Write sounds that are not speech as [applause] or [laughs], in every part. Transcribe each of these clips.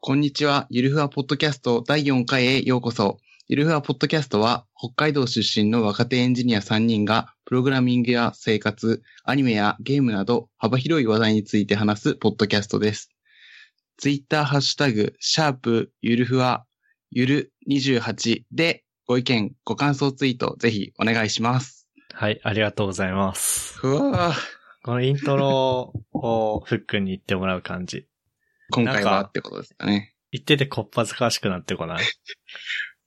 こんにちは。ゆるふわポッドキャスト第4回へようこそ。ゆるふわポッドキャストは、北海道出身の若手エンジニア3人が、プログラミングや生活、アニメやゲームなど、幅広い話題について話すポッドキャストです。ツイッターハッシュタグ、シャープゆるふわ、ゆる28で、ご意見、ご感想ツイート、ぜひお願いします。はい、ありがとうございます。うわぁ、このイントロをフックに言ってもらう感じ。今回なはんかってことですかね。言っててこっぱずかしくなってこない。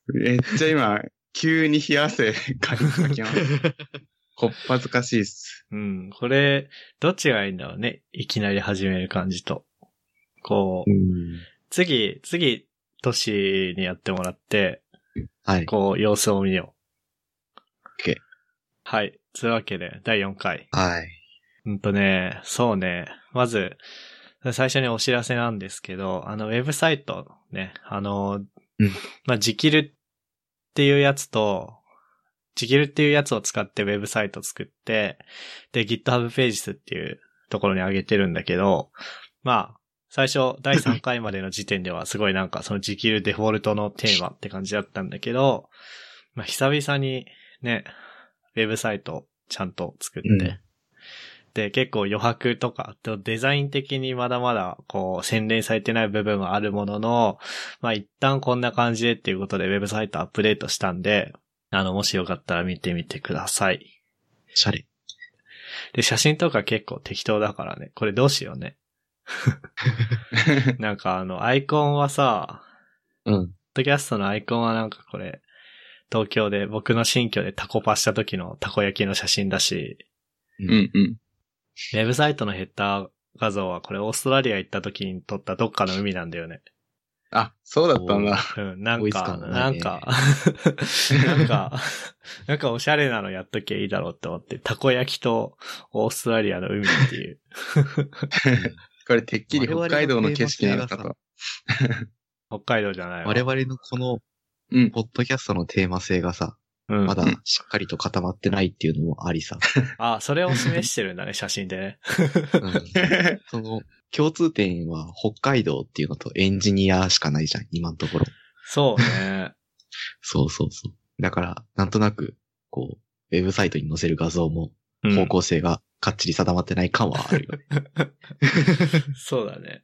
めっちゃ今、急に冷や汗かきます。 [laughs] こっぱずかしいっす。 [laughs] うん、これ、どっちがいいんだろうね。いきなり始める感じと。こう、次、次、都市にやってもらって、はい。こう、様子を見よう。 OK はい。というわけで、第4回。はい。うんとね、そうね。まず、最初にお知らせなんですけど、あの、ウェブサイト、ね、あの、うんまあ、ジキルっていうやつと、ジキルっていうやつを使ってウェブサイト作って、で、GitHub Pages っていうところに上げてるんだけど、まあ、最初、第3回までの時点ではすごいなんかその時給デフォルトのテーマって感じだったんだけ [laughs] ど、まあ久々にね、ウェブサイトちゃんと作って、うんで、結構余白とか、とデザイン的にまだまだこう洗練されてない部分はあるものの、まあ一旦こんな感じでっていうことでウェブサイトアップデートしたんで、あの、もしよかったら見てみてください。シャレ。で、写真とか結構適当だからね。これどうしようね。なんかあの、アイコンはさ、うん。ポッドキャストのアイコンはなんかこれ、東京で僕の新居でタコパした時のたこ焼きの写真だし、うんうん。ウェブサイトのヘッダー画像はこれオーストラリア行った時に撮ったどっかの海なんだよね。あ、そうだったんだ。うん、なん追いつか、かんなないんねか、なんか、なんかおしゃれなのやっときゃいいだろうって思って、たこ焼きとオーストラリアの海っていう。これてっきり北海道の景色なのかと。北海道じゃないわ我々のこの、うん。ポッドキャストのテーマ性がさ、うんまだしっかりと固まってないっていうのもありさ。あ、それを示してるんだね、写真でね。うんその、共通点は北海道っていうのとエンジニアしかないじゃん、今のところ。そうね。そうそうそう。だから、なんとなく、こう、ウェブサイトに載せる画像もうん方向性がかっちり定まってない感はあるよ。 [laughs] そうだね。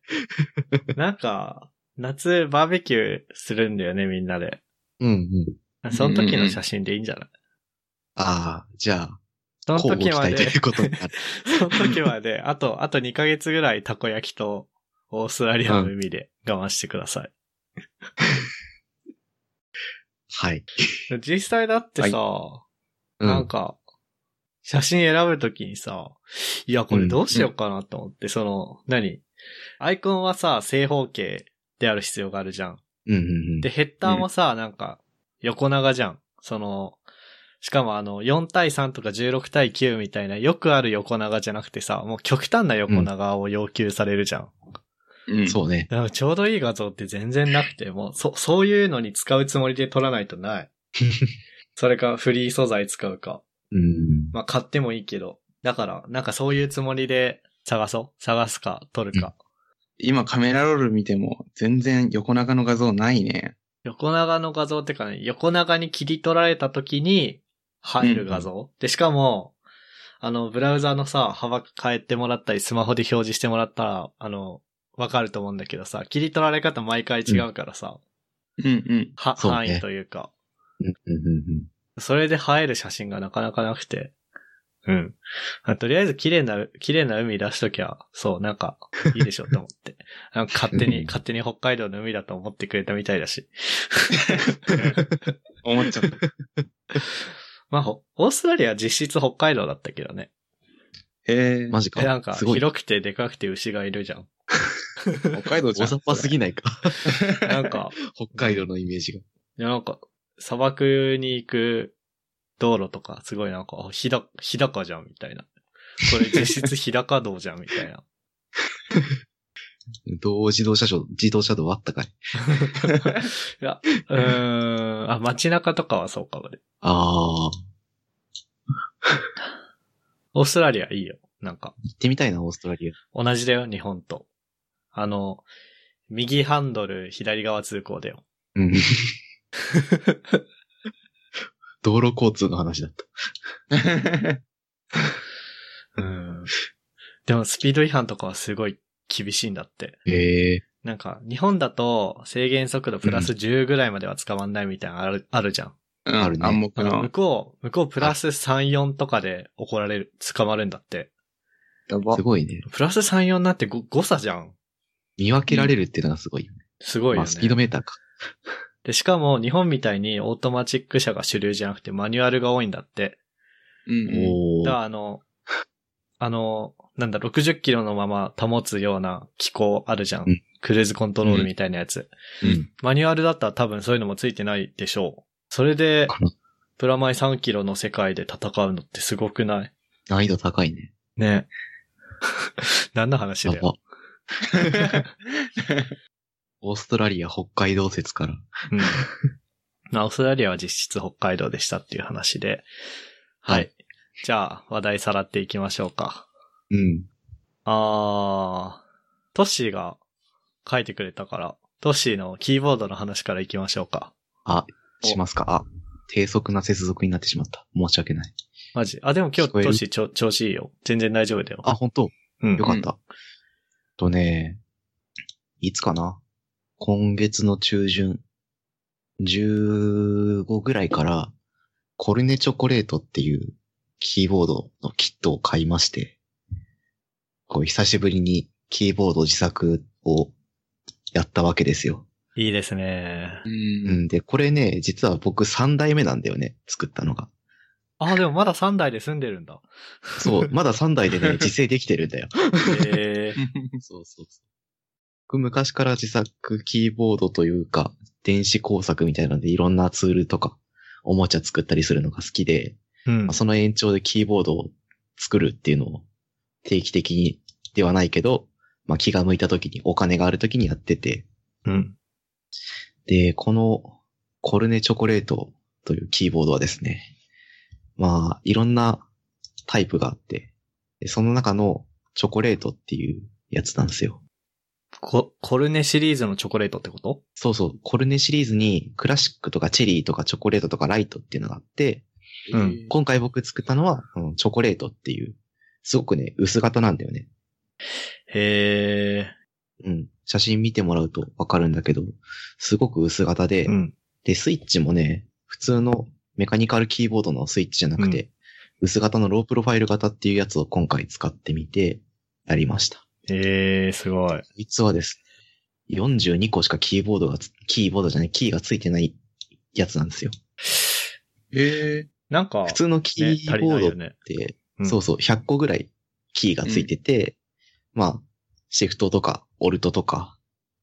なんか、夏バーベキューするんだよね、みんなで。うんうん。その時の写真でいいんじゃないああ、じゃあ、その交時互期ま待とでいう、ことになる。 [laughs] その時まで、あと、あと2ヶ月ぐらいたこ焼きとオーストラリアの海で我慢してください。はい。実際だってさ、うんなんか、写真選ぶときにさ、いや、これどうしようかなと思って、その、何アイコンはさ、正方形である必要があるじゃん。うんうんうん。で、ヘッダーもさ、なんか、横長じゃん。その、しかもあの、4対3とか16対9みたいな、よくある横長じゃなくてさ、もう極端な横長を要求されるじゃん。 [laughs] うん、そうね。だからちょうどいい画像って全然なくて、もう、そ、そういうのに使うつもりで撮らないとない。それか、フリー素材使うか。うん。まあ、買ってもいいけど。だから、なんかそういうつもりで探そう。探すか、撮るか。今カメラロール見ても全然横長の画像ないね。横長の画像ってかね、横長に切り取られた時に入る画像。で、しかも、あの、ブラウザのさ、幅変えてもらったり、スマホで表示してもらったら、あの、わかると思うんだけどさ、切り取られ方毎回違うからさ、うんうん。は、そうね範囲というか。うんうんうんうん。それで映える写真がなかなかなくて。うん。あとりあえず綺麗な、綺麗な海出しときゃ、そう、なんか、いいでしょと思って。 [laughs] なんか勝 [laughs] 手に、勝手に北海道の海だと思ってくれたみたいだし。思っちゃ [laughs] った。まあ、ほオーストラリアは実質北海道だったけどね。へえ。マジか。えなんか、すごい。広くてでかくて牛がいるじゃん。北海道じゃ大ん。雑把すぎないか。なん [laughs] か、北海道のイメージが。いやなんか、砂漠に行く道路とか、すごいなんか、あひだ、ひだかじゃん、みたいな。これ実質日高道じゃん、みた [laughs] いな。どう自動車道、自動車道あったかい。いや、うーん、あ、街中とかはそうかもね。ああ、オーストラリアいいよ。なんか、行ってみたいな、オーストラリア。同じだよ、日本と。あの、右ハンドル、左側通行だよ。うん。 [laughs] 道路交通の話だった。うん。でもスピード違反とかはすごい厳しいんだって。ええなんか、日本だと制限速度プラス10ぐらいまでは捕まんないみたいなのある、あるじゃん。うんあるね暗黙だからの向。こう、向こうプラス3、4とかで怒られる、捕まるんだって。やばす。ごいね。プラス3、4なんて 5, 誤差じゃん。見分けられるっていうのがすごいよね。すごいよね。まあ、スピードメーターか。で、しかも日本みたいにオートマチック車が主流じゃなくてマニュアルが多いんだって。うんうん。おだかー。らあの、あの、なんだ、60キロのまま保つような機構あるじゃん。うんクルーズコントロールみたいなやつ。うん。マニュアルだったら多分そういうのもついてないでしょう。それでかな、プラマイ3キロの世界で戦うのってすごくない難易度高いね。ね。 [laughs] 何の話やだよ。ば。 [laughs] オーストラリア、北海道説から。うん。まあ、オーストラリアは実質北海道でしたっていう話で。ははいい。じゃあ、話題さらっていきましょうか。うん。あー、トッシーが書いてくれたから、トッシーのキーボードの話から行きましょうか。おしますかあ、低速な接続になってしまった。申し訳ない。マジ。あ、でも今日聞トこえるッシーちょ調子いいよ。全然大丈夫だよ。あ、、本当うんよ。かった。とね、いつかな今月の中旬、15ぐらいから、コルネチョコレートっていうキーボードのキットを買いまして、こう久しぶりにキーボード自作をやったわけですよ。いいですね。うん [laughs] うん、で、これね、実は僕3代目なんだよね、作ったのが。あ、でもまだ3台で住んでるんだ。そう、まだ3 [laughs] 代でね、自制できてるんだよ。 [laughs] えー、そうそうそう。僕昔から自作キーボードというか、電子工作みたいなのでいろんなツールとか、おもちゃ作ったりするのが好きで、うんまあ、。その延長でキーボードを作るっていうのを定期的にではないけど、まあ、気が向いた時にお金がある時にやってて、うん。で、このコルネチョコレートというキーボードはですね、まあ、いろんなタイプがあって、でその中のチョコレートっていうやつなんですよ。ココルネシリーズのチョコレートってことそうそう、コルネシリーズにクラシックとかチェリーとかチョコレートとかライトっていうのがあって、うん今回僕作ったのは、うんチョコレートっていう、すごくね、薄型なんだよね。へうん。写真見てもらうとわかるんだけど、すごく薄型で、ー。うん。で、スイッチもね、普通のメカニカルキーボードのスイッチじゃなくて、薄型のロープロファイル型っていうやつを今回使ってみて、やりました。えー、すごい。こいつはですね、42個しかキーボードがつ、キーボードじゃない、キーがついてないやつなんですよ。へえ。なんか、普通のキね、足ーりボないーよドっね。て、うんそうそう、100個ぐらいキーがついてて、まあ、シフトとか、オルトとか、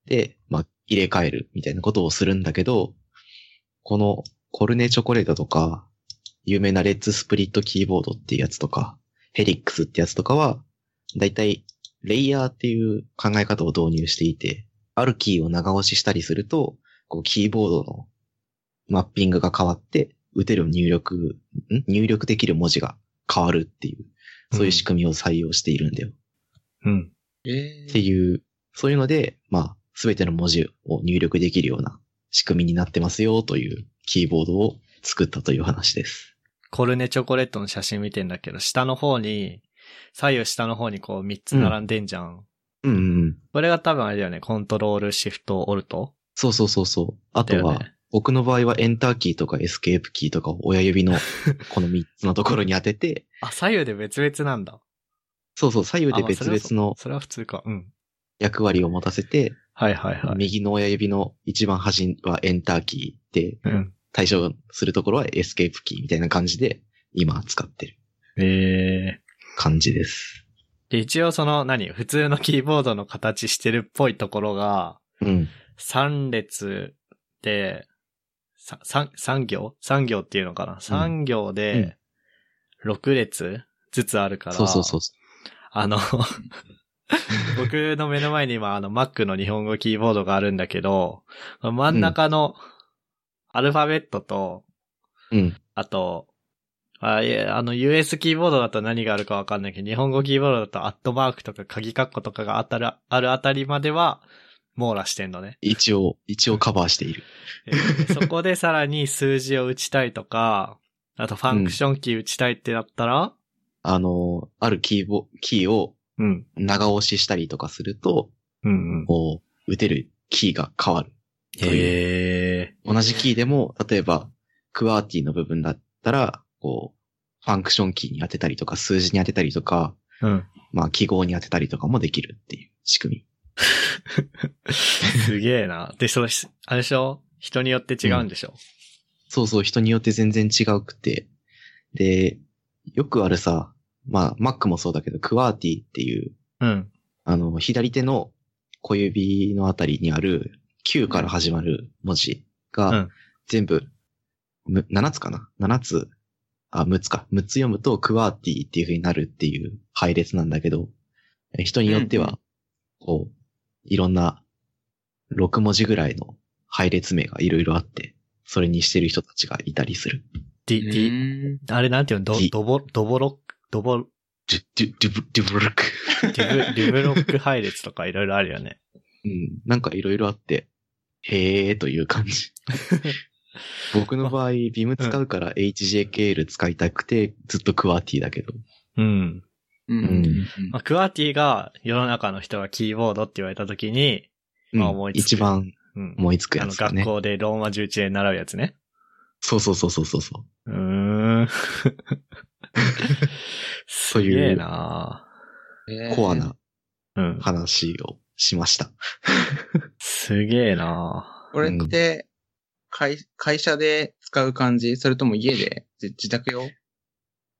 で、まあ、入れ替えるみたいなことをするんだけど、このコルネチョコレートとか、有名なレッツスプリットキーボードっていうやつとか、ヘリックスってやつとかは、だいたいレイヤーっていう考え方を導入していて、あるキーを長押ししたりすると、こうキーボードのマッピングが変わって、打てる入力、ん入力できる文字が変わるっていう、そういう仕組みを採用しているんだよ。うん。えっていう、そういうので、まあ、すべての文字を入力できるような仕組みになってますよというキーボードを作ったという話です。コルネチョコレートの写真見てんだけど、下の方に、左右下の方にこう3つ並んでんじゃん。うんうんうん。これが多分あれだよね、コントロール、シフト、オルトそうそうそうそう。あだとよは、ね。僕の場合はエンターキーとかエスケープキーとかを親 [laughs] 指のこの3つのところに当てて、あ、左右で別々なんだ。そうそう、左右で別々のそれは普通か。うん。役割を持たせて、はいはいはい。右の親指の一番端はエンターキーで、うん。対象するところはエスケープキーみたいな感じで、今使ってるえ感じです。ー。で、一応その、何普通のキーボードの形してるっぽいところが、うん。 3列で、さ三、三行三行っていうのかな三行で、6列ずつあるから、そうそうそう。あ [laughs] の、僕の目の前に今、あの、Mac の日本語キーボードがあるんだけど、真ん中のアルファベットと、うん。あと、あ、いや、あの、US キーボードだと何があるかわかんないけど、日本語キーボードだとアットマークとか鍵カッコとかが当たる、あるあたりまでは、網羅してんのね。一応、一応カバーしている。えーそこでさらに数字を打ちたいとか、あとファンクションキー打ちたいってなったら、あの、あるキーボ、キーをうん。長押ししたりとかすると、うんうん。こう、打てるキーが変わる。というへえ。同じキーでも、例えば、クワーティの部分だったら、こう、ファンクションキーに当てたりとか、数字に当てたりとか、うん。まあ、記号に当てたりとかもできるっていう仕組み。すげえな。で、その、しあれでしょ人によって違うんでしょ、そうそう、人によって全然違うくて。で、よくあるさ、まあ、Mac もそうだけど、クワーティっていう、うん、あの、左手の小指のあたりにある Q から始まる文字うがん、全部、む7つかな ?7 つ、あ、6つか。6つ読むとクワーティっていう風になるっていう配列なんだけど、え人によってうんうは、こう、いろんな6文字ぐらいの配列名がいろいろあって、それにしてる人たちがいたりする。ディ、ディ、ん。あれなんていうのどディ、ドボ、ドボロック、ドボ、ドゥ、ドゥ、ドゥブ、ドゥブルク。デュブ、デュブロック配列とかいろいろあるよね。うん、なんかいろいろあって、へーという感 [laughs] じ。僕の場合、ビーム使うから HJKL 使いたくて、ずっとクワーティだけど。うん。うんうんまあ、クワーティが世の中の人がキーボードって言われたときに、まあうん思いつく一番うん。思いつくあやの、つだ学ね。校でローマ11で習うやつね。そうそうそうそうそうそう。うーん。すげえなうんコア。なうん。話をしました。すげえなこれって、会、会社で使う感じそれとも家でじ自宅用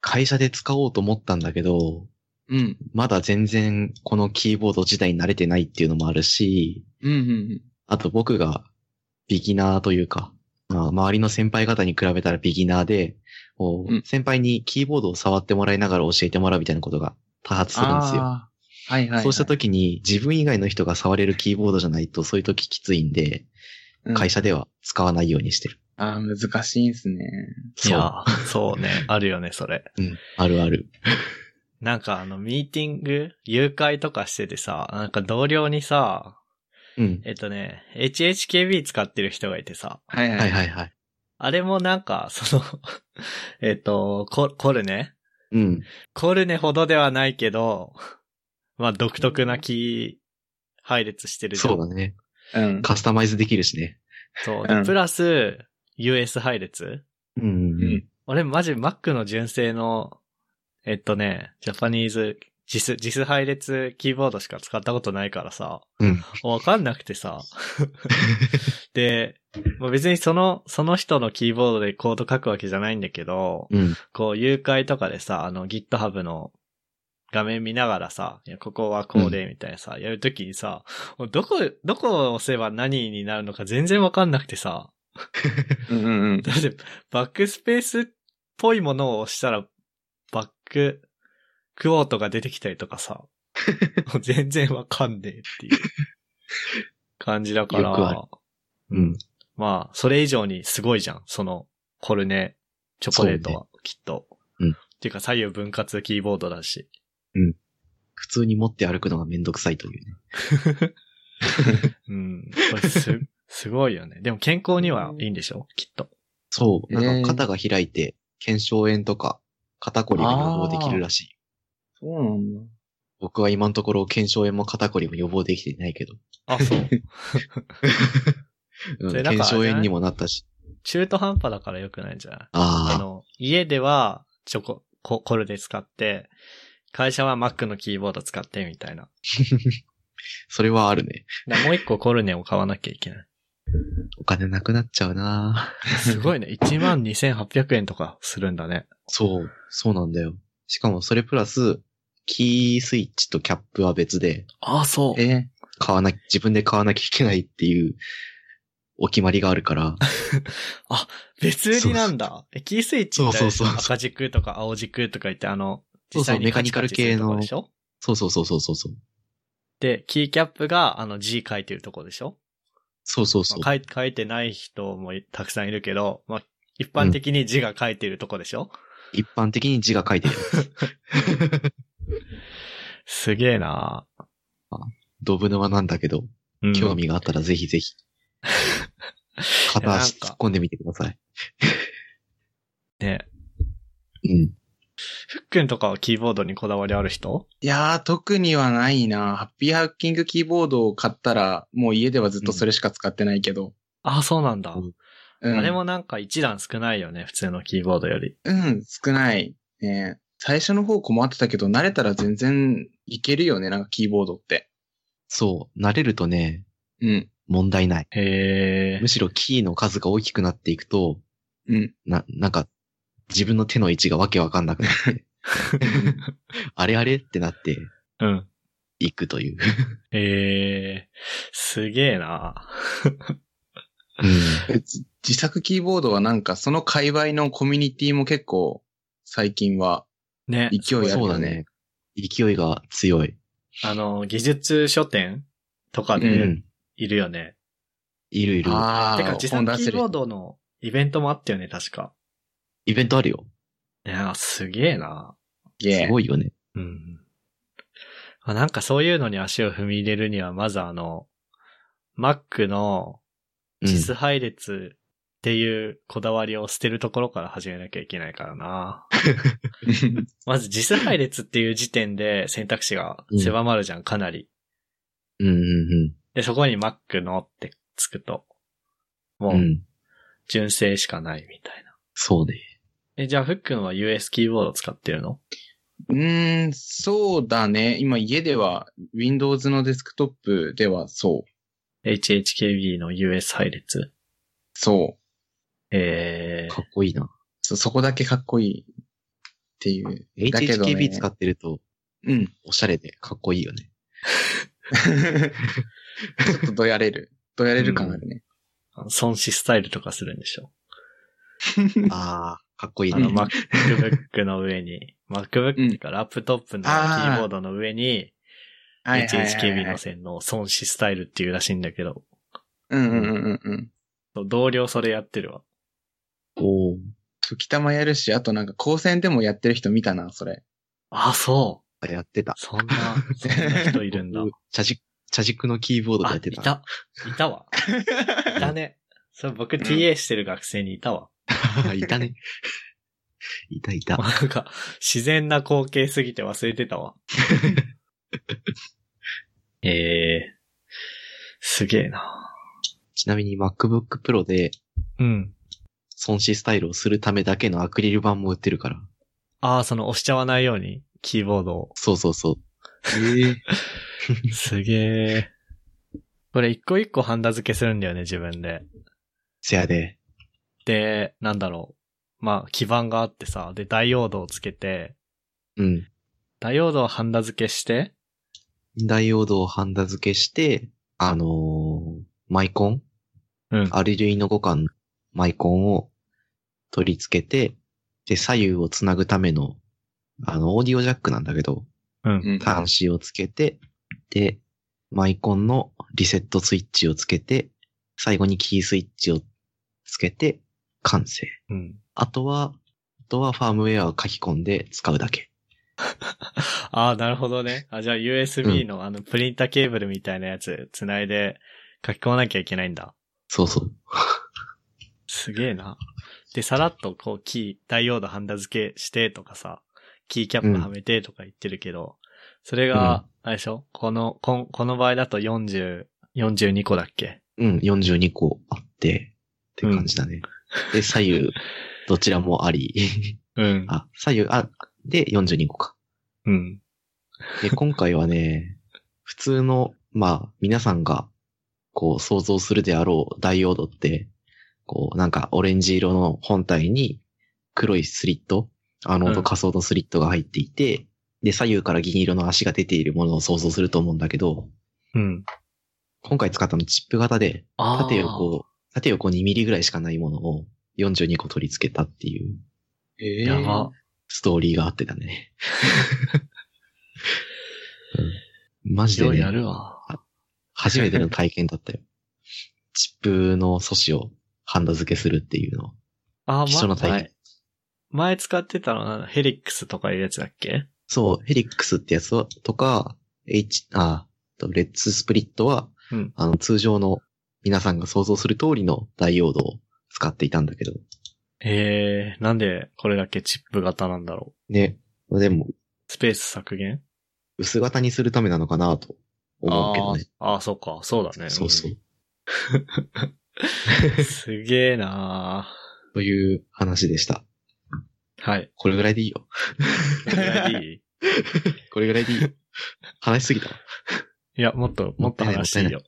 会社で使おうと思ったんだけど、うん。まだ全然このキーボード自体に慣れてないっていうのもあるし、うん、うんあと僕がビギナーというか、まあ、周りの先輩方に比べたらビギナーで、こううん先輩にキーボードを触ってもらいながら教えてもらうみたいなことが多発するんですよ。あーはいはいはい。そうした時に自分以外の人が触れるキーボードじゃないとそういう時きついんで、うん会社では使わないようにしてる。ああ、難しいんすね。いそう。や、そうね。あるよね、それ。うん、あるある。なんかあの、ミーティング、誘拐とかしててさ、なんか同僚にさ、うん。えっとね、HHKB 使ってる人がいてさ、はいはい。はいはいはい。あれもなんか、その、 [laughs] えっと、ココルネうん。コルネほどではないけど、まあ独特なキー配列してるじゃん。そうだね。うん。カスタマイズできるしね。そうでうんプラス、US 配列うん。うん俺マジ Mac の純正の、えっとね、ジャパニーズ、JIS、JIS 配列キーボードしか使ったことないからさ、うん。わかんなくて [laughs] さ。で、まあ、別にその、その人のキーボードでコード書くわけじゃないんだけど、うん。こう、誘拐とかでさ、あの GitHub の画面見ながらさ、いやここはこうで、みたいなさ、やるときにさ、もうどこ、どこを押せば何になるのか全然わかんなくてさ、うんうんうん。だって、バックスペースっぽいものを押したら、バック、クオートが出てきたりとか [laughs] さ、もう全然わかんねえっていう感じだから、よくあるうん。まあ、それ以上にすごいじゃん、その、コルネ、チョコレートは、きっと。うんっていうか、左右分割キーボードだし。普通に持って歩くのがめんどくさいというね。うん。これ [laughs] す、すごいよね。でも健康にはいいんでしょきっと。そう。なえんーか肩が開いて、腱鞘炎とか、肩こりが予防できるらしい。そうなんだ。僕は今のところ腱鞘炎も肩こりも予防できてないけど。あ、 [laughs] そう。うんそれなん腱か鞘炎にもなったし。中途半端だから良くないんじゃないあああ。の、家ではチョコ、ココルで使って、会社は Mac のキーボード使ってみたいな。それはあるね。だからもう一個コルネを買わなきゃいけ [laughs] ない。お金なくなっちゃうなすごいね。12,800円とかするんだね。そう。そうなんだよ。しかもそれプラス、キースイッチとキャップは別で、ああ、そえー買わなき、自分で買わなきゃいけないっていう、お決まりがあるから。別売りなんだ。え、キースイッチってそうそうそう赤軸とか青軸とか言って、あの、そうそうカチカチするとこでしょそうそうそうそうそうそう。で、キーキャップがあの G 書いてるとこでしょそうそうそう。まあ書い書いてない人もいたくさんいるけど、まあ、一般的に字が書いてるとこでしょ、一般的に字が書いてる。すげえなドブ沼なんだけど、うん興味があったらぜひぜひ。片足突っ込んでみてください。ね。うん。ふっくんとかはキーボードにこだわりある人いやー、特にはないな。ハッピーハッキングキーボードを買ったら、もう家ではずっとそれしか使ってないけど。あ、そうなんだ。うんうん、あれもなんか一段少ないよね、普通のキーボードより。うん、少ない。ね、最初の方困ってたけど、慣れたら全然いけるよね、なんかキーボードって。そう。慣れるとね、うん。問題ない。へむしろキーの数が大きくなっていくと、うん。な、なんか、自分の手の位置がわけわかんなくなって、あれあれってなってー。うん。いくという。へー。すげえな。自自作キーボードはなんか、その界隈のコミュニティも結構、最近はね。勢いあるそうよだね。ね。勢いが強い。あの、技術書店とかうでん。いるよね。いるいる。ああ、てか、自作本出キしてーるボ人ードのイベントもあったよね、確か。イベントあるよ。いやー、すげえな。すげえすごいよね。うん。まあなんかそういうのに足を踏み入れるには、まずあの、Mac のうん実配列っていうこだわりを捨てるところから始めなきゃいけないからな。まず実配列っていう時点で選択肢が狭まるじゃん、かなり。うんうんで、そこに Mac のってつくと、もうん。う。うん純正しかないみたいな。そうね。え、じゃあ、ふっくんは US キーボード使ってるの [laughs] うーん、そうだね。今家では Windows のデスクトップではそう。 ?HHKB の US 配列。そう。えーかっこいいな。そ、そこだけかっこいいっていう。だけどね HHKB 使ってると、うん。おしゃれでかっこいいよね。ちょっとどやれる。どやれる感あるね。あの、損失スタイルとかするんでしょああ、かっこいいあねの、。MacBook の上に、MacBook かラップトップのキーボードの上に、はいはいはいはい HHKB の線の損失スタイルっていうらしいんだけど、うんうんうんうん。同僚それやってるわ。おお。時たまやるし、あとなんか高専でもやってる人見たな、それ。あ、そやってたう。。そんな、そんな人いる [laughs] んだ。僕茶軸、茶軸のキーボードあ、でやいってた。た。いたわ。いた [laughs] ね。それ僕 TA してる学生にいたわ。 [laughs] いたね。いたいた。なんか、自然な光景すぎて忘れてたわ。ええすげえな。 [laughs] ちなみに MacBook Pro でうん。損失スタイルをするためだけのアクリル板も売ってるから。ああ、その押しちゃわないように、キーボードを。そうそうそう。すげえ。これ一個一個ハンダ付けするんだよね、自分で。せやで。で、なんだろう。まあ、基板があってさ、で、ダイオードをつけて、うん。ダイオードをハンダ付けして、ダイオードをハンダ付けして、あのーマイコンうん。アルデュイの互換のマイコンを取り付けて、で、左右をつなぐための、あの、オーディオジャックなんだけど、うん。端子をつけて、で、マイコンのリセットスイッチをつけて、最後にキースイッチをつけて、完成。うん。 [laughs] あとは、あとはファームウェアを書き込んで使うだけ。ああ、なるほどね。あ、じゃあ USB のあの、プリンターケーブルみたいなやつ、つないで書き込まなきゃいけないんだ。そうそう。すげえな。で、さらっとこう、キー、ダイオードハンダ付けしてとかさ、キーキャップはめてとか言ってるけど、それが、あれでしょこの、こん、この場合だと40、42個だっけうん、42個あって、って感じだね。で、左右、どちらもあり。 [laughs] うん。あ、左右、あ、で、42個か。うん。で、今回はね、普通の、まあ、皆さんが、こう、想像するであろうダイオードって、こう、なんか、オレンジ色の本体に、黒いスリット、アノーうドん仮想のスリットが入っていて、で、左右から銀色の足が出ているものを想像すると思うんだけど、うん。今回使ったのチップ型で、あー縦横、縦横2ミリぐらいしかないものを42個取り付けたっていうええやば。ストーリーがあってた [laughs] ね。うんマジでようね、やるわ。初めての体験だ [laughs] ったよ。チップの素子をハンダ付けするっていうの。あー、貴重なま、体験前、前使ってたのはヘリックスとかいうやつだっけそう、ヘリックスってやつはとか、H、あ、とレッツスプリットは、うんあの、通常の皆さんが想像する通りのダイオードを使っていたんだけど、えー、なんでこれだけチップ型なんだろう。ね。でも、スペース削減薄型にするためなのかなと思うけどね。ああ、そうか、そうだね。そうそう。うん。すげえなという話でした。ーはい。これぐらいでいいよ。これぐらい [laughs] でいいこれぐらいでいいよ。 [laughs] 話しすぎたわ。もっいや、もっと、もっと話していいよ。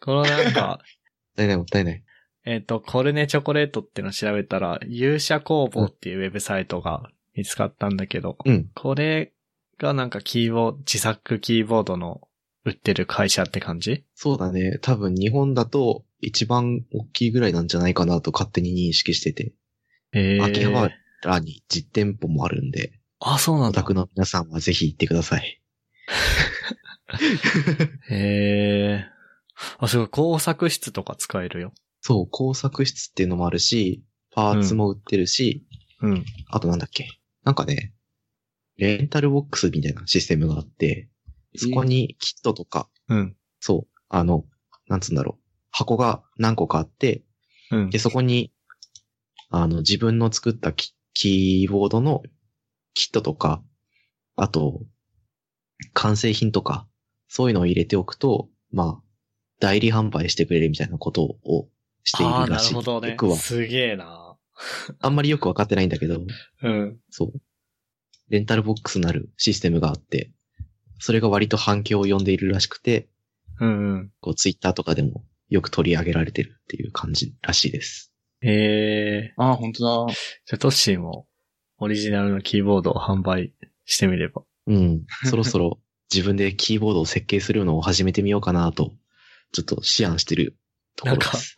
このなんか、 [laughs] たいないもったいない。えっ、と、コルネチョコレートってのを調べたら、勇者工房っていうウェブサイトが見つかったんだけど、うん。これがなんかキーボード、自作キーボードの売ってる会社って感じそうだね。多分日本だと一番大きいぐらいなんじゃないかなと勝手に認識してて。えー、秋葉原に実店舗もあるんで、あ、そうなんおだ。宅の皆さんはぜひ行ってください。えー、あ、すごい、工作室とか使えるよ。そう、工作室っていうのもあるし、パーツも売ってるし、うん。あとなんだっけ。なんかね、レンタルボックスみたいなシステムがあって、そこにキットとか、うん。そう、あの、なんつうんだろう。箱が何個かあって、うんで、。そこに、あの、自分の作ったキキーボードのキットとか、あと、完成品とか、そういうのを入れておくと、まあ、代理販売してくれるみたいなことをしていああー、るらなるしい。ほどねよくは。、すげえな。あんまりよくわかってないんだけど、うん。そう。レンタルボックスなるシステムがあって、それが割と反響を呼んでいるらしくて、うんうん。こう、ツイッターとかでもよく取り上げられてるっていう感じらしいです。えー、ああ、本当だ。じゃあトッシーもオリジナルのキーボードを販売してみれば。うん。そろそろ自分でキーボードを設計するのを始めてみようかなと、ちょっと思案してるところです。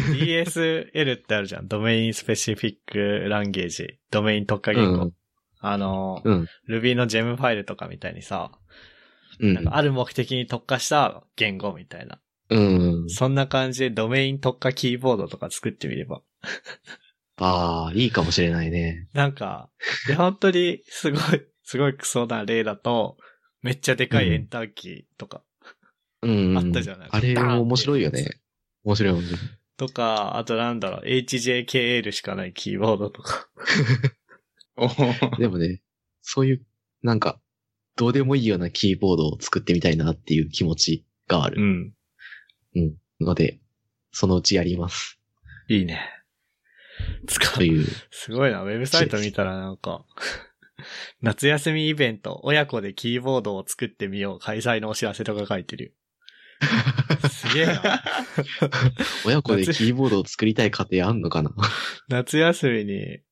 DSL ってあるじゃん。ドメインスペシフィックランゲージ。ドメイン特化言語。うんあの、うん。 Ruby のジェムファイルとかみたいにさ、うんなんかある目的に特化した言語みたいな。うん。そんな感じでドメイン特化キーボードとか作ってみれば。ああ、いいかもしれないね。なんか、いや本当にすごい、 [laughs] すごいクソな例だと、めっちゃでかいエンターキーとか、うん。あったじゃないあれ面白いよね。面白い面白い。とか、あとなんだろう、HJKL しかないキーボードとか。おーでもね、そういう、なんか、どうでもいいようなキーボードを作ってみたいなっていう気持ちがあうるん。ので、そのうちやり [laughs] ます。いいね。使という。すごいな、ウェブサイト見たらなん [laughs] か、夏休みイベント、親子でキーボードを作ってみよう、開催のお知らせとか書いて [laughs] るよ。すげえな。親子でキーボードを作りたい家庭あんのかな夏休みに、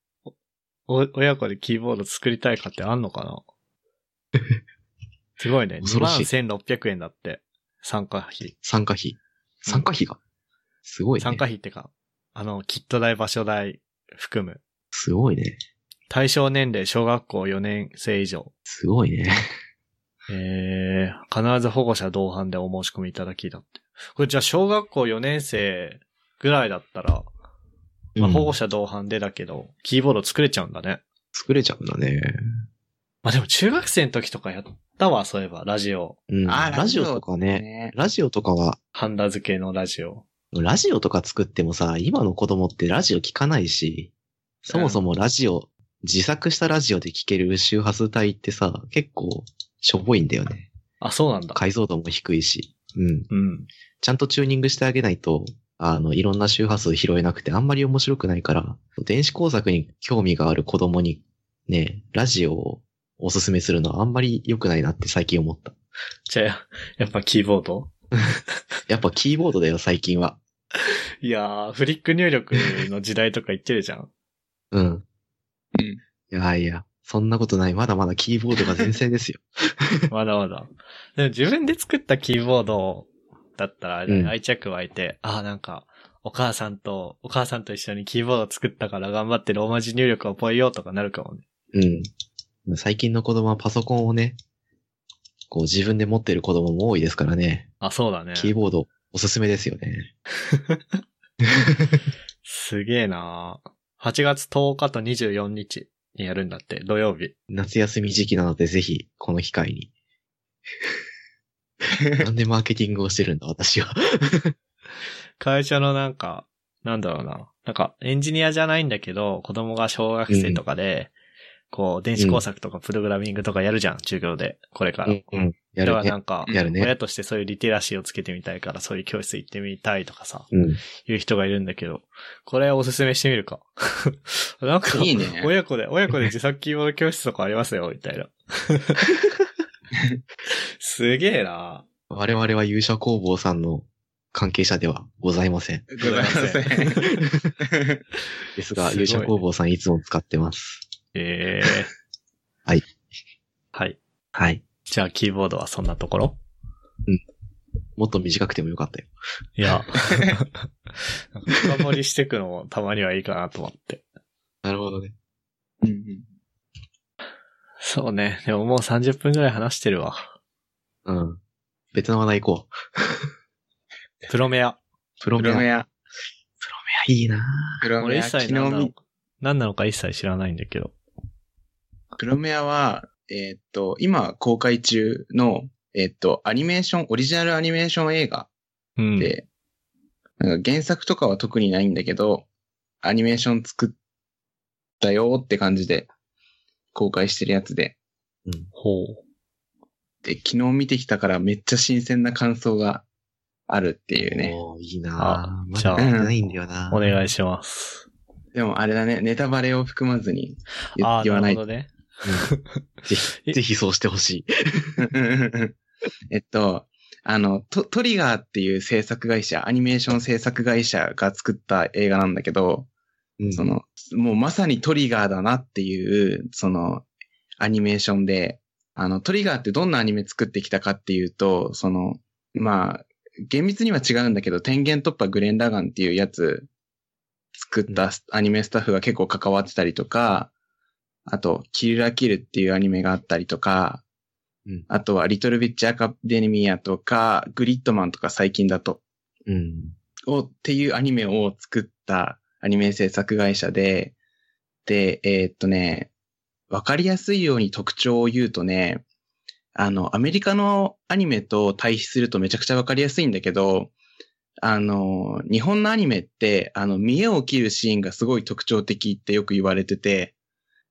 お、親子でキーボード作りたいかってあんのかなすごいね。 [laughs] 恐ろしい21,600円だって。参加費。参加費。参加費が。すごいね。参加費ってか、あの、キット代、場所代含む。すごいね。対象年齢、小学校4年生以上。すごいね。えー、必ず保護者同伴でお申し込みいただきだって。これじゃあ小学校4年生ぐらいだったら、まあ、うん保護者同伴でだけど、キーボード作れちゃうんだね。作れちゃうんだね。まあでも中学生の時とかやったわ、そういえば、ラジオ。うん。あラジオとかね。ね。ラジオとかは、ハンダ付けのラジオ。ラジオとか作ってもさ、今の子供ってラジオ聞かないし、そもそもラジオ、自作したラジオで聞ける周波数帯ってさ、結構、しょぼいんだよね。あ、そうなんだ。解像度も低いし。うん。うん。ちゃんとチューニングしてあげないと、あの、いろんな周波数拾えなくてあんまり面白くないから、電子工作に興味がある子供にね、ラジオをおすすめするのはあんまり良くないなって最近思った。じゃあ、やっぱキーボードやっぱキーボードだよ、最近は。いやー、フリック入力の時代とか言ってるじゃん。うん。うんいやいや、そんなことない。まだまだキーボードが全盛ですよ。 [laughs] まだまだ。でも自分で作ったキーボードだったら、うん愛着湧いて、ああ、なんか、お母さんと、お母さんと一緒にキーボード作ったから頑張ってローマ字入力を覚えようとかなるかもね。うん。最近の子供はパソコンをね、こう自分で持ってる子供も多いですからね、あ、そうだね。キーボードおすすめですよね。すげえなー8月10日と24日にやるんだって、土曜日。夏休み時期なのでぜひ、この機会に。なんでマーケティングをしてるんだ、私は。会社のなんか、なんだろうな。なんか、エンジニアじゃないんだけど、子供が小学生とかで、こう、電子工作とかプログラミングとかやるじゃん、授業で、これから。うん。やだかるらなね。んか、やるね。親としてそういうリテラシーをつけてみたいから、そういう教室行ってみたいとかさ、うん。いう人がいるんだけど、これおすすめしてみるか。 [laughs] なんか、いいね。親子で、親子で自作キーボード教室とかありますよ、みたいな。すげえな我々は勇者工房さんの関係者ではございません。ございません。ですが、すごい勇者工房さんいつも使ってます。ええはい。はい。はい。じゃあ、キーボードはそんなところもっと短くてもよかったよ。いや。なんか深掘りしてくのもたまにはいいかなと思って。なるほどね。 [laughs] うんうんそうね。でももう30分ぐらい話してるわ。うん。ベトナム話題行こう。プロメア。プロプメア。ロプロメメアア。いいなプロ俺メア。一昨切日何なの見か何なのか一切知らないんだけど。プロメアは、えーっと、今公開中の、えーっと、アニメーション、オリジナルアニメーション映画うん。で、なんか原作とかは特にないんだけど、アニメーション作ったよって感じで公開してるやつで、ほう。で、昨日見てきたからめっちゃ新鮮な感想があるっていうね。もういいなあまじゃだあ見てないんだよなお願いします。でもあれだね、ネタバレを含まずに言ああ、言わななるいほどね。えぜひそうしてほしい。 [laughs] えっと、あのト、トリガーっていう制作会社、アニメーション制作会社が作った映画なんだけど、うんその、もうまさにトリガーだなっていう、その、アニメーションで、あの、トリガーってどんなアニメ作ってきたかっていうと、その、まあ、厳密には違うんだけど、天元突破グレンダガンっていうやつ作ったアニメスタッフが結構関わってたりとか、あと、キルラキルっていうアニメがあったりとか、うんあとは、リトルビッチアカデミアとか、グリッドマンとか最近だと、うん。を、っていうアニメを作ったアニメ制作会社で、で、えーっとね、わかりやすいように特徴を言うとね、あの、アメリカのアニメと対比するとめちゃくちゃわかりやすいんだけど、あの、日本のアニメって、あの、見栄を切るシーンがすごい特徴的ってよく言われてて、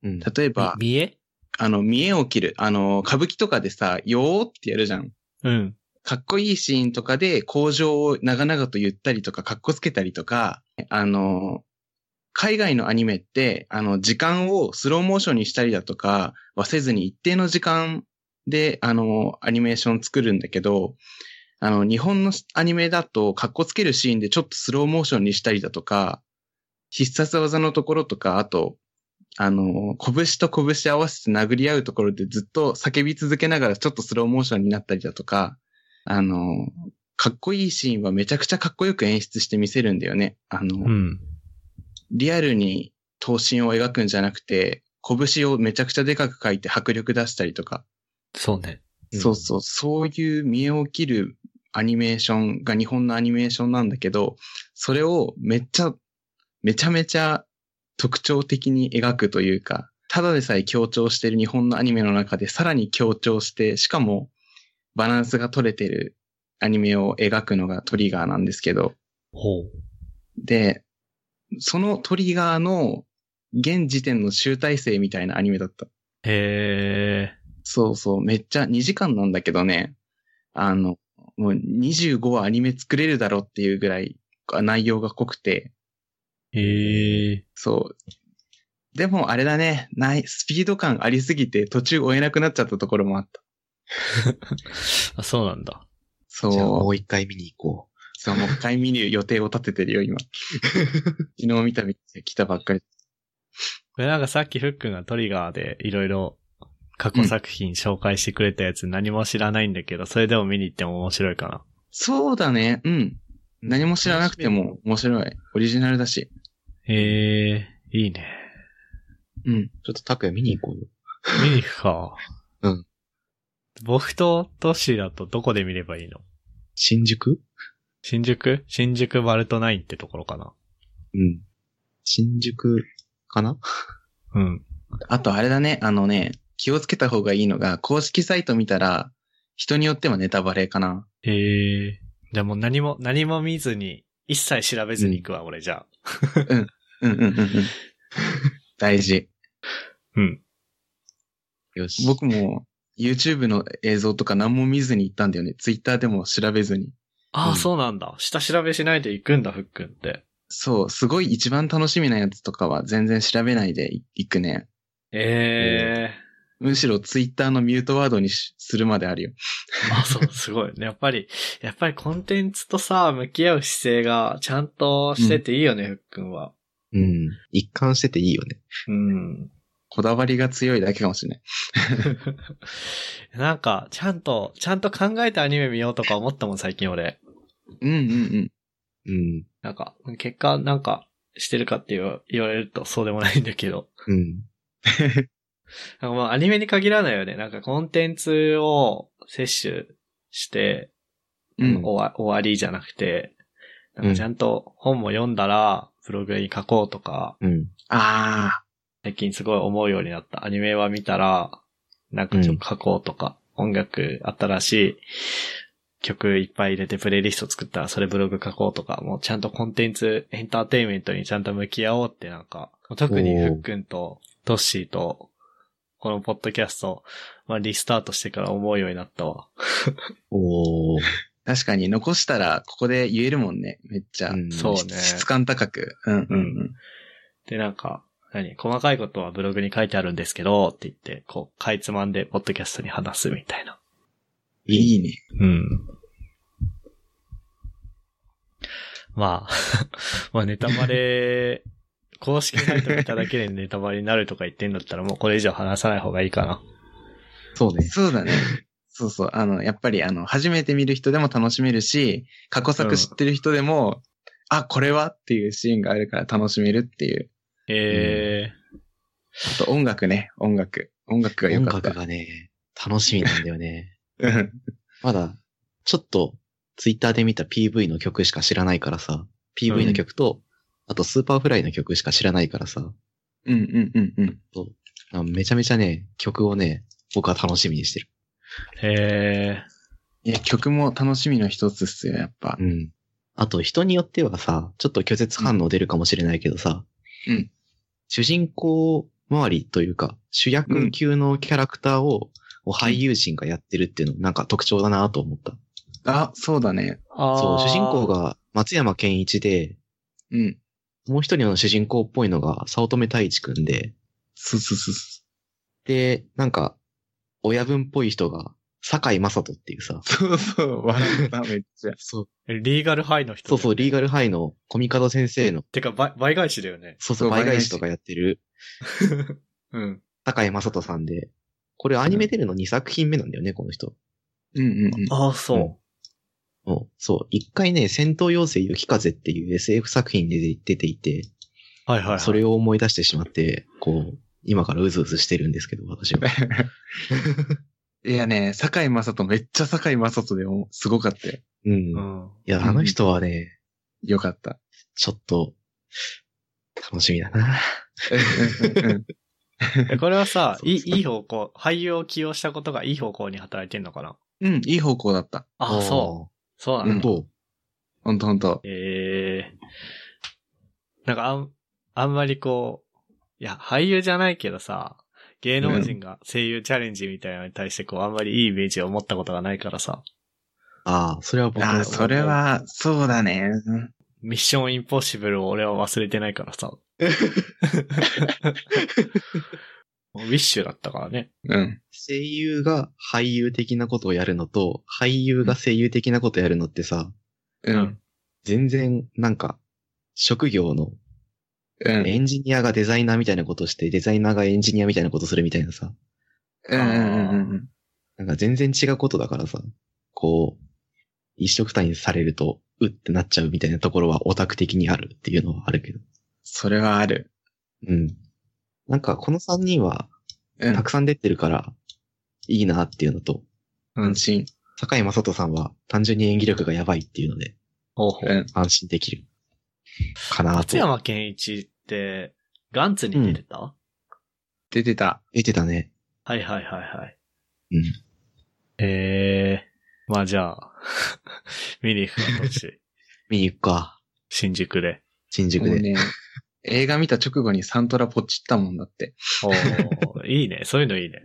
うん。例えば、見えあの、見栄を切る、あの、歌舞伎とかでさ、よーってやるじゃん。うん。かっこいいシーンとかで工場を長々と言ったりとか、かっこつけたりとか、あの、海外のアニメって、あの、時間をスローモーションにしたりだとかはせずに一定の時間で、あの、アニメーション作るんだけど、あの、日本のアニメだと、かっこつけるシーンでちょっとスローモーションにしたりだとか、必殺技のところとか、あと、あの、拳と拳合わせて殴り合うところでずっと叫び続けながらちょっとスローモーションになったりだとか、あの、かっこいいシーンはめちゃくちゃかっこよく演出して見せるんだよね。あの、うん。リアルに闘身を描くんじゃなくて、拳をめちゃくちゃでかく描いて迫力出したりとか、そうね。うんそうそう、そういう見えを切るアニメーションが日本のアニメーションなんだけど、それをめっちゃ、めちゃめちゃ特徴的に描くというか、ただでさえ強調してる日本のアニメの中でさらに強調して、しかもバランスが取れてるアニメを描くのがトリガーなんですけど、ほう。で、そのトリガーの現時点の集大成みたいなアニメだった。へえ。そうそう、めっちゃ2時間なんだけどね、あの、もう25はアニメ作れるだろうっていうぐらい内容が濃くて、へえ。そう。でもあれだね、ない、スピード感ありすぎて途中追えなくなっちゃったところもあった。あ、そうなんだ。そう。じゃあもそう一回見に行こう、もう一回見る予定を立ててるよ、 [laughs] 今。昨日見たみたい来たばっかり。これなんかさっきふっくんがトリガーでいろいろ過去作品紹介してくれたやつ何も知らないんだけど、それでも見に行っても面白いかな。そうだね、うん。う。何も知らなくても面白い。オリジナルだし。へえ、いいね。うん。ちょっとタクヤ見に行こうよ。見に行くか。うん。僕とトッシーだとどこで見ればいいの新宿新宿新宿バルトナインってところかな。うん。新宿かなうん。あとあれだね、あのね、気をつけた方がいいのが、公式サイト見たら、人によってはネタバレかな。ええじゃあもう何も、何も見ずに、一切調べずに行くわ、俺じゃあ。うんうん [laughs] うんうん。大事。うん。よし。僕も YouTube の映像とか何も見ずに行ったんだよね。Twitter でも調べずに。ああ、うんそうなんだ。下調べしないで行くんだ、ふっくんって。そう、すごい一番楽しみなやつとかは全然調べないで行くね。ええむしろ Twitter のミュートワードにしするまであるよ。あ、そう、すごい [laughs] ね。やっぱり、やっぱりコンテンツとさ、向き合う姿勢がちゃんとしてていいよね、ふっくんは。うん。一貫してていいよね。うん。こだわりが強いだけかもしれない。なんか、ちゃんと、ちゃんと考えてアニメ見ようとか思ったもん、最近俺。うんうんうん。なんか、結果、なんか、してるかって言わ言われるとそうでもないんだけど。うん。なんかまあ、アニメに限らないよね。なんか、コンテンツを摂取して、うん。うん。終わ終わりじゃなくて、なんかちゃんと本も読んだら、ブログに書こうとか、うん。あ最近すごい思うようになった。アニメは見たら、なんかちょっと書こうとか、音楽新しい曲いっぱい入れてプレイリスト作ったらそれブログ書こうとか、もうちゃんとコンテンツ、エンターテインメントにちゃんと向き合おうってなんか、特におーふっくんとトッシーと、このポッドキャスト、まあリスタートしてから思うようになったわ。おー。あ、確かに残したらここで言えるもんね。めっちゃ。うんそうね質質感高く。うんうんうん。で、なんか、何細かいことはブログに書いてあるんですけど、って言って、こう、かいつまんで、ポッドキャストに話すみたいな。いいね。うん。まあ、 [laughs] まあネタバレ、公式サイト見ただけでネタバレになるとか言ってんだったら、もうこれ以上話さない方がいいかな。そうね。そう [laughs] だね。そうそう。あの、やっぱり、あの、初めて見る人でも楽しめるし、過去うん作知ってる人でも、あ、これはっていうシーンがあるから楽しめるっていう。ええあと音楽ね、音楽。音楽が良音かっ楽た。がね、楽しみなんだよね。うんまだ、ちょっと、ツイッターで見た PV の曲しか知らないからさ、PV の曲と、あとスーパーフライの曲しか知らないからさ、うんうんうんうん。あめちゃめちゃね、曲をね、僕は楽しみにしてる。ええいや、曲も楽しみの一つっすよ、やっぱう。ん。あと人によってはさ、ちょっと拒絶反応出るかもしれないけどさ、うん。主人公周りというか、主役級のキャラクターを、俳優陣がやってるっていうのなんか特徴だなと思った。あ、そうだね。あーそう、主人公。が松山健一で、うん。もう一人の主人公っぽいのが早乙女太一くんで、そうそうそうそで、なんか、親分っぽい人が、堺雅人っていう [laughs] さ、う。そうそう、笑った、めっちゃ。そうリーガルハイの人だそよね、うそう、リーガルハイのコミカド先生の、てか、倍倍返しだよね。そうそそ、うう倍返しとかやってる、うん。堺雅人さんで、これアニメ出るの2作品目なんだよね、この人。うんうんうん。ああ、そうんそう、一回ね、戦闘妖精雪風っていう SF 作品で出ていて、う。はいはい、はい。それを思い出してしまって、こう、今からうずうずしてるんですけど、私は。 [laughs] いやね、堺雅人、めっちゃ堺雅人でもすごかったよ。うん。ういん。や、あの人はね、よか [laughs] った。ちょっと、楽しみだな。、うんうんうんうんえこれはさそういでいすねいい方向、俳優を起用したことがいい方向に働いてんのかなうん、いい方向だった。あ、そう。そうなんうだ。んどうほんとほんと。ええなんかあん、あんまりこう、いや、俳優じゃないけどさ、芸能人が声優チャレンジみたいなのに対してこう、あんまりいいイメージを持ったことがないからさ、ああ、それは僕あはー、それは、そうだね。うんミッションインポッシブルを俺は忘れてないからさ。ウィッシュだったからね。うん。声優が俳優的なことをやるのと、俳優が声優的なことをやるのってさ、うん。全然なんか、職業のうん。エンジニアがデザイナーみたいなことして、デザイナーがエンジニアみたいなことするみたいなさ、うんうんうんうん。なんか全然違うことだからさ、こう、一色単にされると、うってなっちゃうみたいなところはオタク的にあるっていうのはあるけど。それはある。うん。なんかこの3人はうたんく。さん出てるから、いいなっていうのと、う安。心。坂井正人さんは単純に演技力がやばいっていうので、ほうほううん。安心できる。かな松と。山健一って、ガンツに出てた、出てた。出てたね。はいはいはいはい。うん。ええまあじゃあ、 [laughs] 見に行くかもしい。見に行くか。新宿で。新宿もうで。ね、映画見た直後にサントラポチったもんだって。おー [laughs] いいね。そういうのいいね。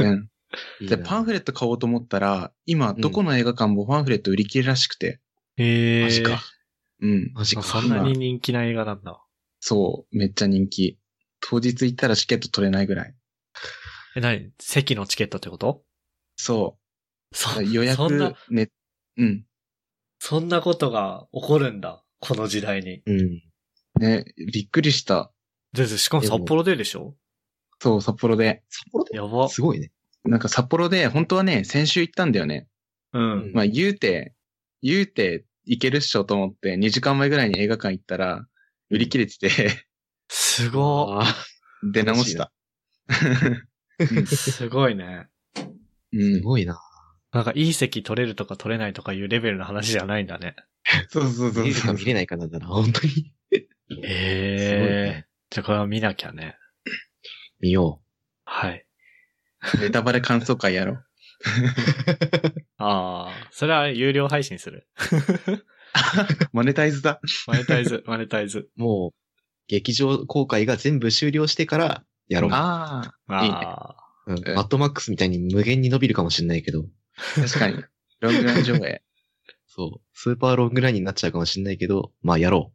うん。 [laughs] いいで、なパンフレット買おうと思ったら、今、どこの映画館もパンフレット売り切れらしくて。ええマジか。うん。マジか。そんなに人気な映画なんだ。そう、めっちゃ人気。当日行ったらチケット取れないぐらい。え、なに席のチケットってことそ。そう予約そんな、ね、うん。そんなことが起こるんだ。この時代に。うん。ね、びっくりした。で、しかも札幌ででしょそう、札幌で。札幌でやば。すごいね。なんか札幌で、本当はね、先週行ったんだよね。うん。まあ、言うて、言うて、行けるっしょと思って、2時間前ぐらいに映画館行ったら、売り切れてて、すごあ出直した。い。 [laughs] すごいね。うーすん。ごいな。なんかいい席取れるとか取れないとかいうレベルの話じゃないんだね。そうそうそう見れるそかう見。れないかなんだな、本当に。すごいええねじゃあこれは見なきゃね。見よはい。ネタバレ感想会やろう。ああ、それは有料配信する。マネタイズだ。マネタイズ、マネタイズ。う。もう、劇場公開が全部終了してからやろう。ああ。いいね。ああ、うんえマットマックスみたいに無限に伸びるかもしれないけど、確かに。ロングラン上映。そう、スーパーロングラインになっちゃうかもしれないけど、まあやろ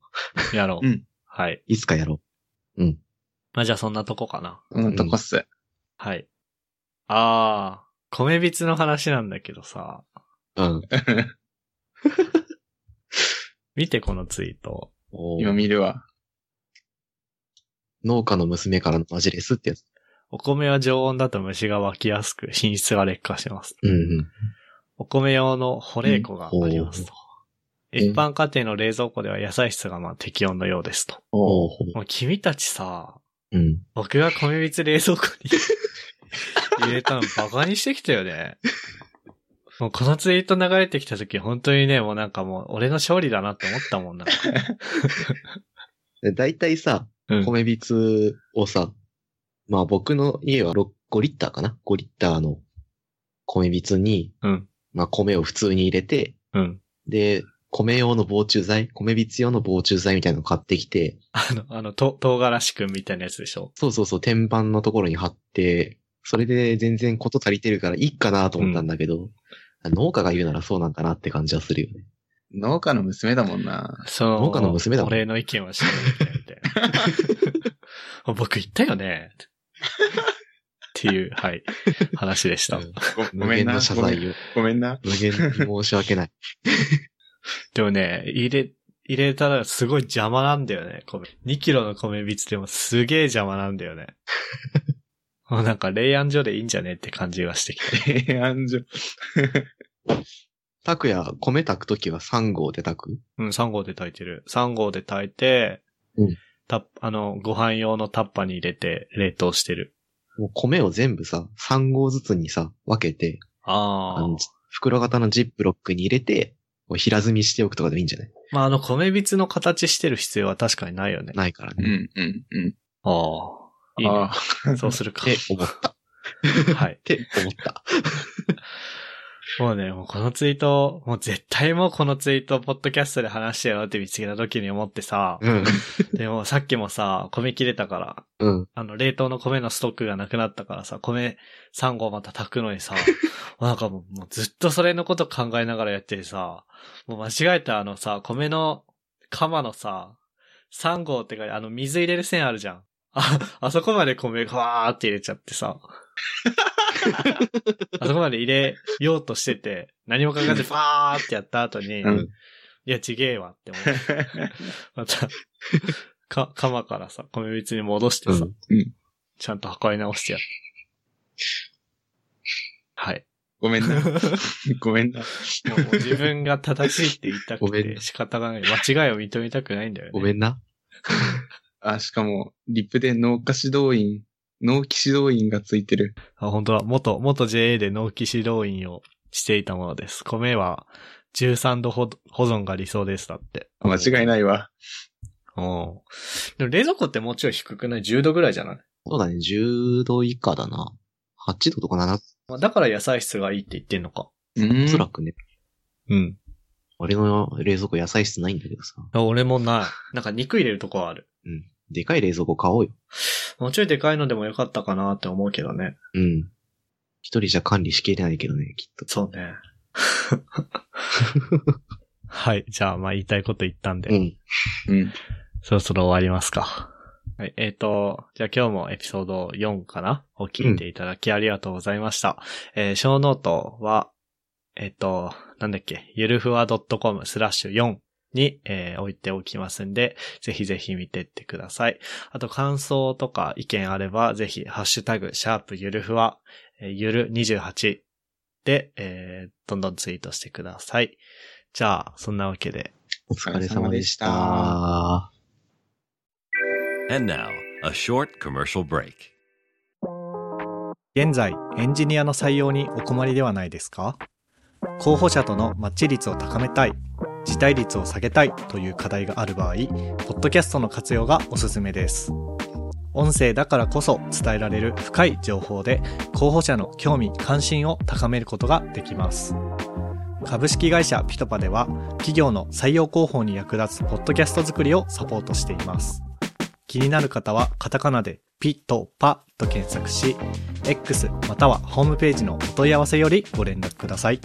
う。やろう。うんはい。いつかやろまあじゃあそんなとこかな。うん、とこっす。はい。ああ、米びつの話なんだけどさ、う。うん。見てこのツイート。おー今見るわ。農家の娘からのマジレスってやつ。お米は常温だと虫が湧きやすく品質が劣化します。うんうん。お米用の保冷庫がありますと。んほう一般家庭の冷蔵庫では野菜室がまあ適温のようですと。おーもう君たちさ、うん。僕が米びつ冷蔵庫 [laughs] に入れたのバカにしてきたよね。もうこのツイート流れてきた時本当にね、もうなんかもう俺の勝利だなって思った [laughs] もんな。で大体さ、うん米びつをさ、まあ僕の家は6 5リッターかな ?5 リッターの米びつに、うんまあ米を普通に入れて、うん。で、米用の防虫剤、米びつ用の防虫剤みたいなの買ってきて、あの、あの、と、唐辛子くんみたいなやつでしょ。そうそうそう、天板のところに貼って、それで全然こと足りてるからいいかなと思ったんだけど、農家が言うならそうなんだなって感じはするよね。農家の娘だもんな。その、農家の娘だもん俺の意見をしてみたいみたい [laughs] な。僕言ったよね。っていう、はい、話でした。ご無めん限なの謝罪を。ごめんな。無限に申し訳ない。でもね、入れ、入れたらすごい邪魔なんだよね、米。2キロの米びつでもすげえ邪魔なんだよ [laughs] ね。もうなんか、冷暗所でいいんじゃねって感じがしてきて。提案所。炊くや、米炊くときは3号で炊くうん、3号で炊いてる。3号で炊いて、うんタッあの、ご飯用のタッパに入れて冷凍してる。もう米を全部さ、3号ずつにさ、分けて、あああの。袋型のジップロックに入れて、こう平積みしておくとかでもいいんじゃないまあ、あの、米びつの形してる必要は確かにないよね。ないからうね。ん、うん、うん。ああ。いいねあ。そうするか。って思った。っ [laughs] はい。て思った。もうね、もうこのツイート、もう絶対もうこのツイート、ポッドキャストで話してよって見つけた時に思ってさ、 [laughs] うん。でもさっきもさ、米切れたから、うん。あの、冷凍の米のストックがなくなったからさ、米3合また炊くのにさ、 [laughs] なんかもうもうずっとそれのこと考えながらやっててさ、もう間違えたあのさ、米の釜のさ、3合ってか、あの水入れる線あるじゃん。あ、あそこまで米がわーって入れちゃっ [laughs] てさ。あそこまで入れようとしてて、何も考えずバーってやった後に、うんいや、ちげえわって思って。また、か、釜からさ、米びつに戻してさ、うんちゃんと測り直してやる。はい。ごめんな。 [laughs] ごめんな。もうもう自分が正しいって言いたごくめんて仕方がない。間違いを認めたくないんだよね。ごめんな。あ、しかも、リップで農家指導員、農機指導員がついてる。あ、本当だ。元、元 JA で納期指導員をしていたものです。米は13度ほど保存が理想です。だって。間違いないわ。うん。でも冷蔵庫ってもうちょい低くない ?10 度ぐらいじゃないそうだね、10度以下だな。8度とか7まあ、だから野菜室がいいって言ってんのか。うんおそらくね、うん。俺の冷蔵庫野菜室ないんだけどさ。俺もない。なんか肉入れるとこはある。でかい冷蔵庫買おうよ。もうちょいでかいのでもよかったかなって思うけどね。うん。一人じゃ管理しきれないけどね、きっと。そうね。 [laughs] はい。じゃあ、まあ言いたいこと言ったんで、うん。うん。そろそろ終わりますか。はい。えっ、と、じゃあ今日もエピソード4かなを聞いていただきありがとうございました。えー、小ノートは、えっ、と、なんだっけ、ゆるふわ .com スラッシュ4に、えー置いておきますんで、ぜひぜひ見てってください。あと感想とか意見あれば、ぜひ、ハッシュタグ、シャープゆるふわ、えーゆる28で、えーどんどんツイートしてください。じゃあ、そんなわけで、お疲れ様でした。お疲れ様で And now, a short commercial break. 現在エンジニアの採用にお困りではないですか候補者とのマッチ率を高めたい辞退率を下げたいという課題がある場合ポッドキャストの活用がおすすめです音声だからこそ伝えられる深い情報で候補者の興味関心を高めることができます株式会社ピトパでは企業の採用広報に役立つポッドキャスト作りをサポートしています気になる方はカタカナでピトパと検索し X またはホームページのお問い合わせよりご連絡ください。